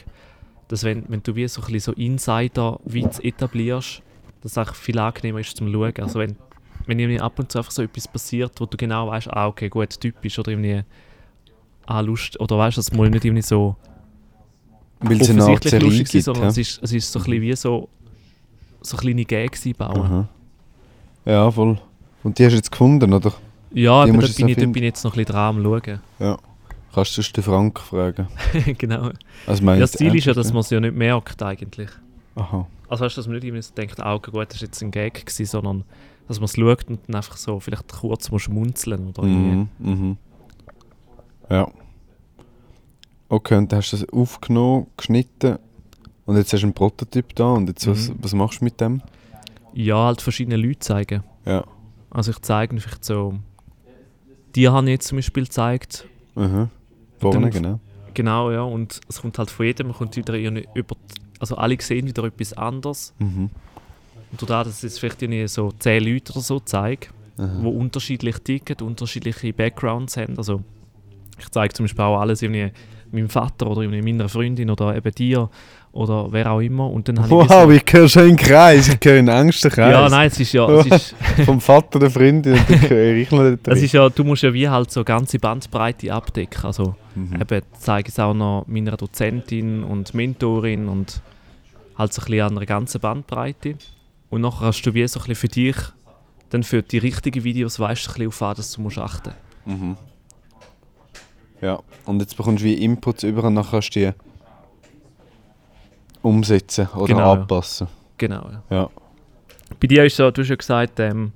S1: dass wenn, wenn du wie so ein bisschen so Insider-Witz etablierst, dass es eigentlich viel angenehmer ist zum Schauen. Also wenn, wenn irgendwie ab und zu einfach so etwas passiert, wo du genau weißt, ah, okay, gut, typisch oder irgendwie ah, Lust, oder weißt du, das muss nicht irgendwie so
S2: Weil es eine Art
S1: offensichtlich
S2: Serie
S1: lustig
S2: gibt,
S1: sondern
S2: ja?
S1: es ist, es ist so ein bisschen wie so, so kleine Gags einbauen.
S2: Aha. Ja, voll. Und die hast du jetzt gefunden, oder?
S1: Ja,
S2: Die
S1: aber
S2: musst
S1: dort
S2: du
S1: bin,
S2: noch
S1: ich, dort
S2: finden.
S1: bin ich jetzt noch ein bisschen dran am Schauen. <laughs>
S2: Kannst du sonst den Frank fragen?
S1: genau. Ja,
S2: Also meinst
S1: das Ziel ist ja, dass
S2: ernst,
S1: man es ja nicht merkt eigentlich.
S2: Aha.
S1: Also weißt du, dass man nicht immer so denkt, ah, okay, gut, das war jetzt ein Gag, gewesen, sondern dass man es schaut und dann einfach so vielleicht kurz muss schmunzeln oder irgendwie.
S2: Mhm. Mhm. Ja. Okay, und dann hast du das aufgenommen, geschnitten und jetzt hast du einen Prototyp da und jetzt
S1: Mhm.
S2: was, was machst du mit dem?
S1: Ja, halt verschiedene Leute zeigen.
S2: Ja.
S1: Also ich zeige ihnen vielleicht so... Die habe ich jetzt zum Beispiel gezeigt.
S2: Aha. Vorne,
S1: dann-
S2: genau.
S1: Genau, ja. Und es kommt halt von jedem, kommt wieder irgendwie über... Also alle sehen wieder etwas anderes.
S2: Mhm.
S1: Und dadurch, dass ich jetzt vielleicht irgendwie so zehn Leute oder so zeige, die unterschiedlich ticken, unterschiedliche Backgrounds haben. Also ich zeige zum Beispiel auch alles irgendwie meinem Vater oder irgendwie meiner Freundin oder eben dir oder wer auch immer. Und dann habe ich...
S2: Wow,
S1: wie
S2: ich höre schon einen Kreis, ich höre einen Angsten
S1: so-
S2: Kreis.
S1: ja, nein, es ist ja...
S2: <laughs>
S1: Es ist,
S2: Oh. Vom Vater der Freundin und dann höre ich noch dort
S1: es
S2: drin.
S1: ist ja... Du musst ja wie halt so ganze Bandbreite abdecken. Also
S2: Mhm.
S1: eben zeige ich es auch noch meiner Dozentin und Mentorin und halt so ein bisschen an einer ganzen Bandbreite. Und nachher hast du wie so ein bisschen für dich, dann für die richtigen Videos weißt du ein bisschen auf was dass du musst achten
S2: Ja, und jetzt bekommst du wie Inputs über und dann kannst du die umsetzen oder
S1: Genau, ja.
S2: anpassen.
S1: Genau, ja.
S2: Ja.
S1: Bei dir ist so, du hast ja gesagt, ähm,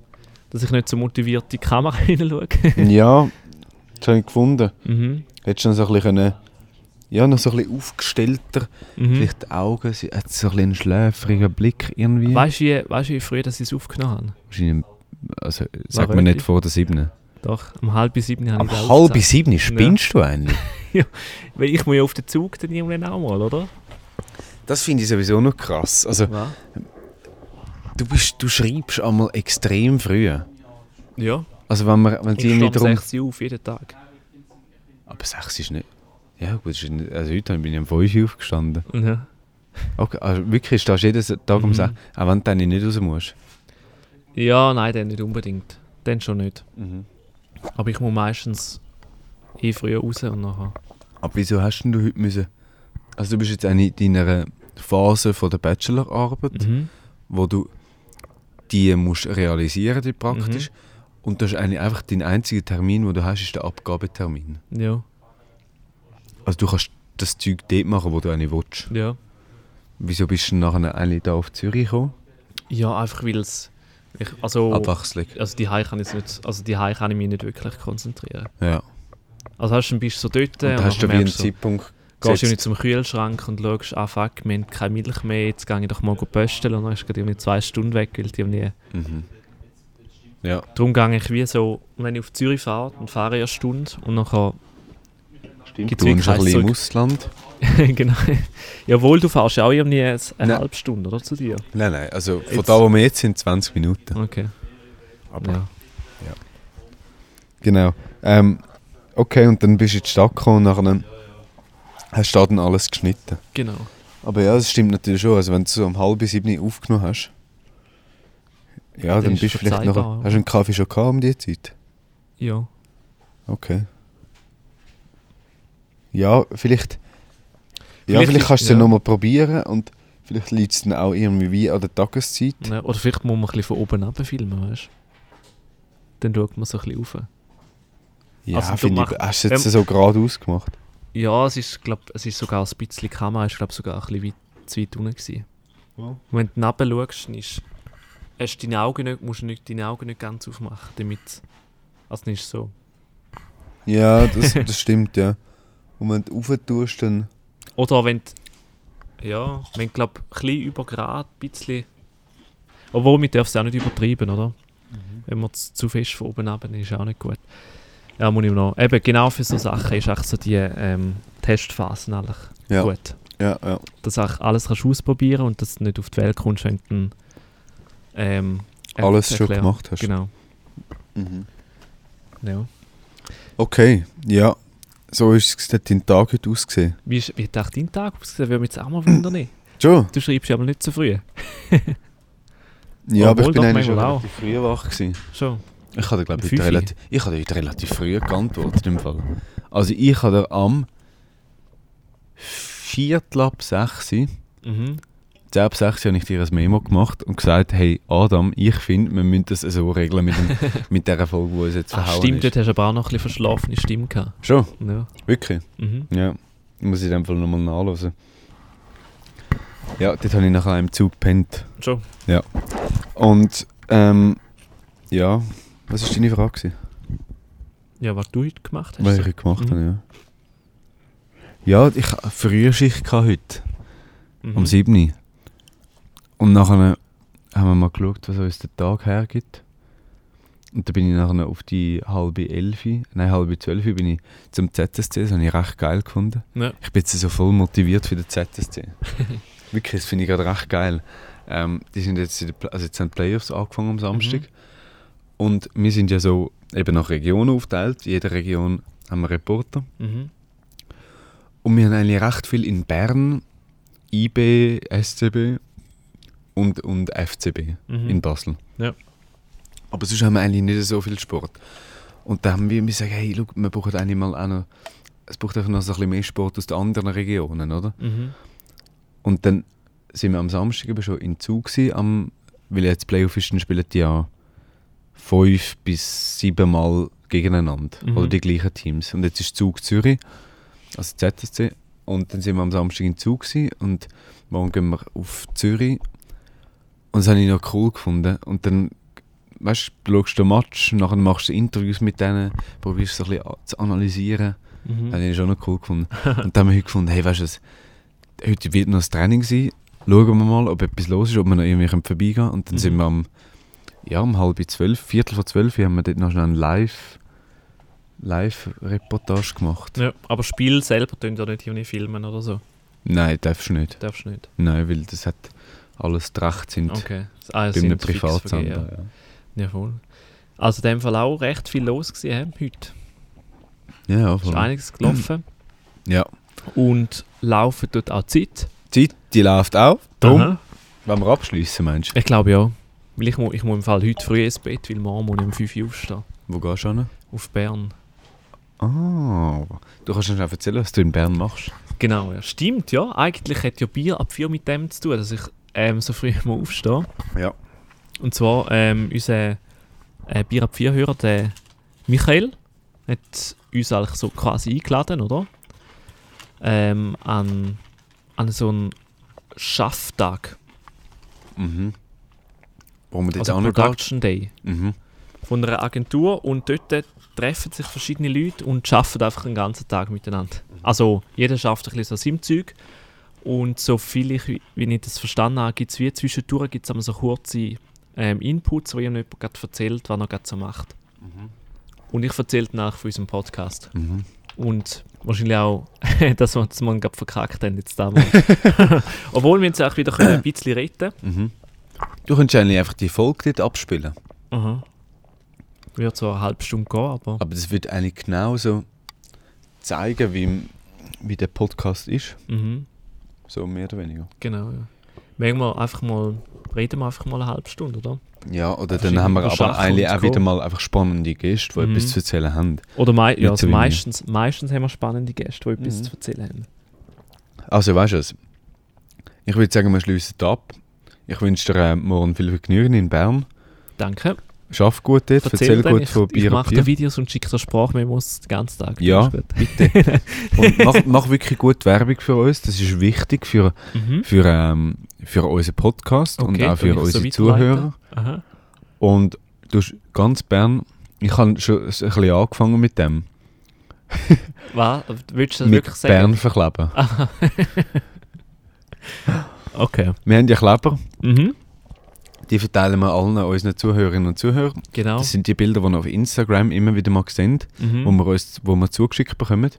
S1: dass ich nicht so motiviert in die Kamera <laughs> hineinschaue.
S2: ja, das habe ich gefunden.
S1: mhm.
S2: Hättest du noch so ein bisschen, können- ja, noch so ein bisschen aufgestellter,
S1: Mhm.
S2: vielleicht die Augen, sie hat so ein bisschen einen schläfrigen Blick irgendwie.
S1: Weißt du, wie, weißt du, wie früh dass ich es aufgenommen habe?
S2: Wahrscheinlich, also
S1: sag mir nicht
S2: vor der siebten.
S1: Doch, um halb sieben habe
S2: Am
S1: ich es
S2: halb sieben spinnst du eigentlich?
S1: aufgenommen. Weil ich muss ja auf den Zug dann irgendwann auch mal, oder?
S2: Das finde ich sowieso noch krass. Also
S1: Was?
S2: du, bist, du schreibst einmal extrem früh.
S1: Ja.
S2: Also wenn man, wenn
S1: Ich
S2: sie irgendwie
S1: stehe um
S2: drum...
S1: 6 Uhr auf jeden Tag.
S2: Aber sechs ist nicht... Ja gut, ist nicht, also heute bin ich um fünf Uhr aufgestanden.
S1: Ja.
S2: Okay, also wirklich, stehst du jeden Tag um
S1: Mhm.
S2: sechs, auch wenn du dann nicht raus musst.
S1: ja, nein, dann nicht unbedingt. Dann schon nicht.
S2: Mhm.
S1: Aber ich muss meistens eh früher raus und nachher.
S2: Aber wieso hast denn du heute müssen... Also du bist jetzt eine in deiner Phase von der Bachelorarbeit,
S1: Mhm.
S2: wo du die musst realisieren, die praktisch.
S1: Mhm.
S2: Und das ist eigentlich einfach dein einziger Termin, den du hast, ist der Abgabetermin.
S1: Ja,
S2: Also du kannst das Zeug dort machen, wo du eigentlich willst.
S1: ja.
S2: Wieso bist du dann nachher eigentlich da auf Zürich gekommen?
S1: Ja, einfach weil es. ich- Also,
S2: Oh. Abwechslung.
S1: also die kann ich nicht, also die kann ich mich nicht wirklich konzentrieren.
S2: Ja.
S1: Also hast du bist so dort
S2: Und hast du wie
S1: nachher
S2: einen
S1: merkst so,
S2: Zeitpunkt
S1: gehst du
S2: gesetzt?
S1: nicht zum Kühlschrank und schaust, ah fuck, wir haben keine Milch mehr, jetzt gehe ich doch mal posteln und dann ist gerade irgendwie zwei Stunden weg, weil die haben nie.
S2: Mhm. Ja.
S1: Darum gehe ich wie so, wenn ich auf Zürich fahre, dann fahre ich eine Stunde und nachher
S2: Stimmt,
S1: Gibt's
S2: du wohnst ein
S1: wirklich
S2: bisschen im
S1: keins
S2: Ausland?
S1: <laughs> genau. Jawohl, du fährst ja auch irgendwie eine
S2: Nein.
S1: halbe Stunde, oder? Zu dir.
S2: Nein, nein, also von
S1: Jetzt-
S2: da, wo wir jetzt sind, 20 Minuten.
S1: Okay.
S2: Aber-
S1: ja.
S2: Genau. Ähm, okay, und dann bist du in die Stadt gekommen und dann hast du da dann alles geschnitten.
S1: Genau.
S2: Aber ja, das stimmt natürlich schon. Also wenn du so um halb sieben aufgenommen hast, ja,
S1: Dann
S2: dann
S1: ist
S2: bist du
S1: es
S2: vielleicht noch...
S1: verzeihbar, ja.
S2: Hast du einen Kaffee schon gehabt um diese Zeit?
S1: Ja.
S2: Okay. Ja, vielleicht... Ja,
S1: Vielleicht
S2: vielleicht,
S1: ist-
S2: kannst du es
S1: ja.
S2: ja. nochmal probieren und vielleicht liegt es dann auch irgendwie wie an der Tageszeit.
S1: Ja, oder vielleicht muss man ein bisschen von oben ab filmen, weißt du? Dann schaut man so ein bisschen rauf.
S2: Ja,
S1: Also, du
S2: finde
S1: mach-
S2: ich. Hast du jetzt
S1: Ähm,
S2: so gerade ausgemacht?
S1: Ja, es ist, glaub, es ist sogar ein bisschen, die Kamera ist glaub, sogar ein bisschen weit, zu weit unten gewesen.
S2: Wow.
S1: Und Wenn du nachher schaust, dann ist, hast du deine Augen nicht, musst du nicht, deine Augen nicht ganz aufmachen, damit... Also dann ist so.
S2: Ja,
S1: <laughs>
S2: das, das stimmt, ja. Und wenn du rauf tust, dann.
S1: Oder wenn du, ja, wenn du, glaub, ein bisschen über Grad, ein bisschen... Obwohl, man darf es auch nicht übertreiben, oder? Wenn man zu, zu fest von oben runter, dann ist auch nicht gut. Ja, muss ich noch... Eben, genau für so Sachen ist echt so die ähm, Testphase eigentlich
S2: Ja,
S1: gut.
S2: ja, ja.
S1: dass du auch alles kannst ausprobieren und dass du nicht auf die Welt kommst, wenn du ein, ähm, er-
S2: Alles schon
S1: erklären.
S2: gemacht hast.
S1: Genau.
S2: Mhm.
S1: Ja.
S2: Okay, ja. So ist es dort dein Tag heute ausgesehen.
S1: Wie, ist, wie hat eigentlich dein Tag ausgesehen? Würde mich jetzt auch mal wundern.
S2: Schon?
S1: Du schreibst ja aber nicht so früh.
S2: Ja, aber
S1: Obwohl,
S2: ich bin
S1: doch,
S2: eigentlich schon
S1: manchmal
S2: relativ früh wach gewesen.
S1: Schon.
S2: Ich habe, glaube
S1: Um
S2: ich,
S1: fünf
S2: heute
S1: Uhr?
S2: relativ, ich habe heute relativ früh geantwortet. Im Fall. Also ich habe dir am Viertel ab 6 Uhr,
S1: 10
S2: 10 ab 6 Uhr habe ich dir ein Memo gemacht und gesagt, hey Adam, ich finde, wir müssen das so regeln
S1: <laughs>
S2: mit, dem, mit dieser Folge, die uns jetzt
S1: Ah,
S2: verhauen
S1: stimmt,
S2: ist.
S1: dort hast du aber auch noch ein bisschen verschlafene Stimme gehabt.
S2: Schon,
S1: Ja.
S2: wirklich?
S1: Mhm.
S2: Ja, muss ich in dem Fall nochmal nachhören. Ja, dort habe ich nachher im Zug gepennt.
S1: Schon.
S2: Und, ähm, ja, was war deine Frage? gewesen?
S1: Ja, was du heute gemacht hast.
S2: Was ich heute gemacht
S1: Mhm.
S2: habe, ja. Ja, ich hatte Frühschicht gehabt heute,
S1: Mhm.
S2: am 7. Uhr. Und nachher haben wir mal geschaut, was uns der Tag hergibt. Und dann bin ich nachher auf die halbe elfi, nein, halbe zwölfi bin ich zum ZSC, das habe ich recht geil gefunden.
S1: Ja.
S2: Ich bin jetzt so voll motiviert für den ZSC.
S1: <laughs>
S2: Wirklich, das finde ich gerade recht geil. Ähm, die sind jetzt, in den Pla- also jetzt haben die Playoffs angefangen am Samstag.
S1: Mhm.
S2: Und wir sind ja so eben nach Regionen aufgeteilt. In jeder Region haben wir Reporter.
S1: Mhm.
S2: Und wir haben eigentlich recht viel in Bern, IB, SCB und, und FCB
S1: Mhm.
S2: in Basel.
S1: Ja.
S2: Aber sonst haben wir eigentlich nicht so viel Sport. Und da haben wir gesagt, hey, schau, wir brauchen eigentlich mal auch noch, es braucht einfach noch so ein bisschen mehr Sport aus den anderen Regionen, oder?
S1: Mhm.
S2: Und dann sind wir am Samstag eben schon in Zug gewesen, am, weil jetzt Playoff ist, dann spielen die ja fünf bis sieben Mal gegeneinander.
S1: Mhm.
S2: Oder die gleichen Teams. Und jetzt ist Zug Zürich, also ZSC. Und dann sind wir am Samstag in Zug gewesen, und morgen gehen wir auf Zürich. Und das habe ich noch cool gefunden. Und dann weißt, du, du schaust den Match, nachher machst du Interviews mit denen, probierst es ein bisschen zu analysieren.
S1: Mhm.
S2: Habe ich schon noch cool gefunden. Und dann haben wir heute gefunden, hey, weißt du was, heute wird noch das Training sein. Schauen wir mal, ob etwas los ist, ob wir noch irgendwie können vorbeigehen können. Und dann
S1: Mhm.
S2: sind wir am, ja, um halb zwölf, viertel vor zwölf, haben wir dort noch schnell eine Live, Live-Reportage gemacht.
S1: Ja, aber Spiel selber tun ja nicht irgendwie filmen oder so.
S2: Nein, darfst du nicht.
S1: Darfst du nicht.
S2: Nein, weil das hat alles Recht sind
S1: Okay. Ah,
S2: bei einem
S1: sind fix vergeben,
S2: Privatsender. Ja.
S1: Ja. ja, voll. Also in dem Fall auch recht viel los gewesen, hä, heute.
S2: Ja, ja,
S1: Es ist
S2: voll.
S1: einiges gelaufen.
S2: ja.
S1: Und laufen dort auch die Zeit.
S2: Die Zeit, die läuft auch. Drum,
S1: Aha.
S2: wenn wir abschließen, meinst du?
S1: Ich glaube ja. Weil ich, mu ich muss im Fall heute früh ins Bett, weil morgen muss ich um 5 Uhr aufstehen.
S2: Wo gehst du hin?
S1: Auf Bern.
S2: Ah, du kannst uns einfach erzählen, was du in Bern machst.
S1: Genau, ja. Stimmt, ja. Eigentlich hat ja Bier ab 4 mit dem zu tun, dass ich ähm, so früh <laughs> muss aufstehen
S2: Ja.
S1: Und zwar ähm, unser äh, Bier ab 4 Hörer, der Michael, hat uns eigentlich so quasi eingeladen, oder? Ähm, an, an so einen Schafftag.
S2: Mhm. Warum wir
S1: Also Production Day.
S2: Mhm.
S1: von einer Agentur und dort äh, treffen sich verschiedene Leute und arbeiten einfach den ganzen Tag miteinander.
S2: Mhm.
S1: Also jeder schafft ein bisschen so sein Zeug und so viel ich, wie ich das verstanden habe, gibt es wie zwischendurch gibt's immer so kurze ähm, Inputs, wo jemand gerade erzählt, was er gerade so macht. Und ich erzähle nach von unserem Podcast.
S2: Mhm.
S1: Und wahrscheinlich auch, <laughs> dass wir dass wir ihn gerade verkackt haben jetzt
S2: <laughs>
S1: damals. Obwohl wir jetzt auch wieder können ein bisschen retten
S2: Mhm. Du könntest eigentlich einfach die Folge dort abspielen.
S1: können. Wird so eine halbe Stunde gehen, aber...
S2: Aber das wird eigentlich genauso zeigen, wie, wie der Podcast ist.
S1: Mhm.
S2: So mehr oder weniger.
S1: Genau, ja. Manchmal einfach mal, reden wir einfach mal eine halbe Stunde, oder?
S2: Ja, oder
S1: Verschiedene
S2: dann haben wir aber
S1: Schaffen
S2: eigentlich
S1: und
S2: auch
S1: Co.
S2: wieder mal einfach spannende Gäste, die
S1: Mhm.
S2: etwas zu erzählen haben.
S1: Oder mei ja,
S2: so
S1: also
S2: wie wir.
S1: meistens, meistens haben wir spannende Gäste, die etwas
S2: Mhm.
S1: zu erzählen haben.
S2: Also weißt du es, ich würde sagen, wir schließen ab. Ich wünsche dir äh, morgen viel Vergnügen in Bern.
S1: Danke.
S2: Schaff gut dort, erzähl,
S1: dann,
S2: gut
S1: ich,
S2: von
S1: Ich
S2: Bier und
S1: mache dir
S2: Bier.
S1: Videos und schicke dir Sprachmemos den ganzen Tag.
S2: Ja.
S1: Das ist gut.
S2: Bitte. Und <laughs> mach, mach wirklich gut Werbung für uns, das ist wichtig für,
S1: Mhm.
S2: für, ähm, für unseren Podcast und
S1: Okay,
S2: auch für
S1: dann ist es so
S2: unsere
S1: weiterleiten.
S2: Zuhörer.
S1: Aha.
S2: Und du hast ganz Bern, ich habe schon ein bisschen angefangen mit dem,
S1: Was? Willst du das
S2: mit
S1: wirklich Ah. sagen?
S2: Bern verkleben.
S1: Okay.
S2: Wir haben ja Kleber,
S1: Mhm.
S2: die verteilen wir allen unseren Zuhörerinnen und Zuhörern.
S1: Genau.
S2: Das sind die Bilder, die ihr auf Instagram immer wieder mal sehen,
S1: Mhm.
S2: wo, wir uns, wo wir zugeschickt bekommen.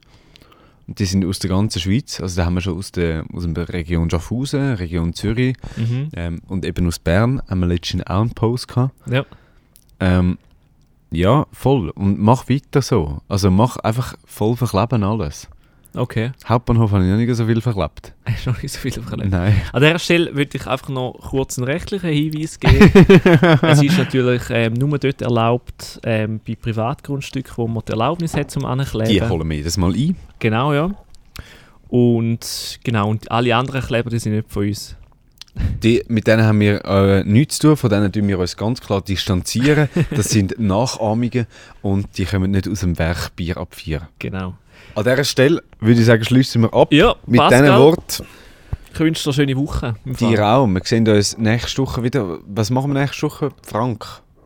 S2: Und die sind aus der ganzen Schweiz, also da haben wir schon aus der, aus der Region Schaffhausen, Region Zürich
S1: Mhm.
S2: ähm, und eben aus Bern haben wir letztens auch einen Post gehabt.
S1: Ja.
S2: Ähm, ja, voll. Und mach weiter so. Also mach einfach voll verkleben alles.
S1: Okay. <laughs>
S2: Hauptbahnhof habe ich noch nicht so viel verklebt.
S1: Hast du noch nicht so viel verletzt?
S2: Nein.
S1: An dieser Stelle würde ich einfach noch kurz einen rechtlichen Hinweis
S2: <laughs>
S1: geben. es ist natürlich ähm, nur dort erlaubt, ähm, bei Privatgrundstücken, wo man die Erlaubnis hat, zum
S2: Die
S1: Ankleben.
S2: holen wir jedes Mal ein.
S1: Genau, ja. Und genau, und alle anderen Kleber, die sind nicht von uns.
S2: Die, mit denen haben wir äh, nichts zu tun, von denen tun wir uns ganz klar
S1: <laughs>
S2: distanzieren. Das sind Nachahmungen und die kommen nicht aus dem Werk Bier ab 4.
S1: Genau.
S2: An dieser Stelle würde ich sagen, schließen wir ab.
S1: Ja,
S2: mit
S1: Pascal.
S2: diesen Worten,
S1: Ich wünsche dir eine schöne Woche. im Fall.
S2: die Raum. Wir sehen uns nächste Woche wieder. Was machen wir nächste Woche? Frank.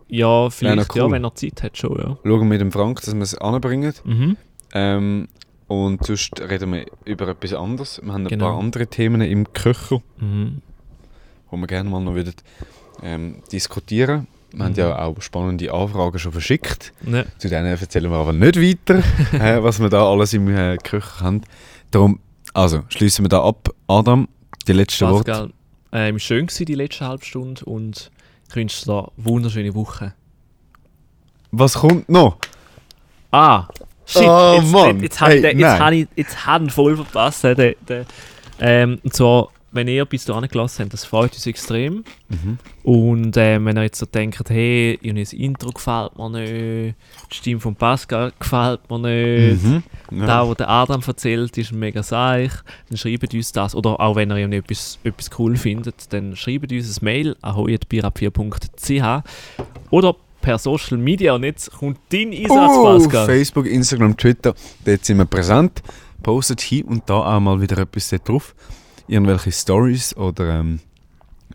S1: Ja,
S2: Wäre
S1: vielleicht,
S2: noch
S1: ja,
S2: cool.
S1: wenn er Zeit hat, schon, ja.
S2: Schauen wir mit dem Frank, dass wir es anbringen.
S1: Mhm.
S2: Ähm, und sonst reden wir über etwas anderes. Wir haben
S1: Genau.
S2: ein paar andere Themen im Köcher,
S1: Mhm.
S2: wo wir gerne mal noch würden, ähm, diskutieren Wir haben
S1: Mhm.
S2: ja auch spannende Anfragen schon verschickt.
S1: Ne.
S2: Zu denen erzählen wir aber nicht
S1: <laughs>
S2: weiter, äh, was wir da alles im äh, Köcher haben. Darum, also, schließen wir da ab. Adam, die letzten Worte.
S1: Pascal, ähm, schön war die letzte halbe Stunde und ich wünsche dir eine wunderschöne Woche.
S2: Was kommt noch?
S1: Ah, shit,
S2: Oh,
S1: jetzt,
S2: Mann.
S1: jetzt, jetzt, habe ich
S2: Hey,
S1: den- jetzt,
S2: nein.
S1: habe ich, jetzt habe ich ihn voll verpasst. Den, den, ähm, und zwar, wenn ihr bis dahin gelassen habt, das freut uns extrem. Und ähm, wenn ihr jetzt so denkt, hey, irgendwie das Intro gefällt mir nicht, die Stimme von Pascal gefällt mir nicht,
S2: Mhm. Ja.
S1: da, was der Adam erzählt, ist mega seich, dann schreibt uns das. Oder auch wenn ihr irgendwie etwas, etwas cool findet, dann schreibt uns ein Mail an hoyetbirab4.ch oder per Social Media und jetzt kommt dein Einsatz,
S2: Oh,
S1: Pascal.
S2: Facebook, Instagram, Twitter, dort sind wir präsent. Postet hier und da auch mal wieder etwas dort drauf. Irgendwelche Stories oder ähm,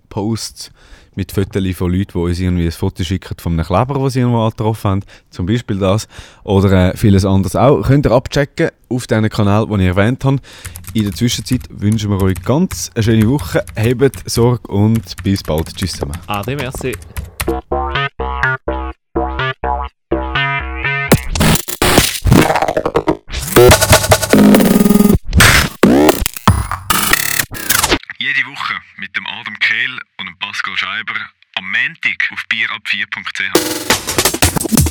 S2: Posts mit Fotos von Leuten, die uns irgendwie ein Foto schicken von einem Kleber, den sie irgendwo angetroffen haben. Zum Beispiel das. Oder äh, vieles anderes auch. Könnt ihr abchecken auf diesen Kanal, den ich erwähnt habe. In der Zwischenzeit wünschen wir euch ganz eine schöne Woche. Habt Sorge und bis bald. Tschüss zusammen.
S1: Ade, merci.
S4: Jede Woche mit dem Adam Kehl und dem Pascal Scheiber am Montag auf bierab4.ch.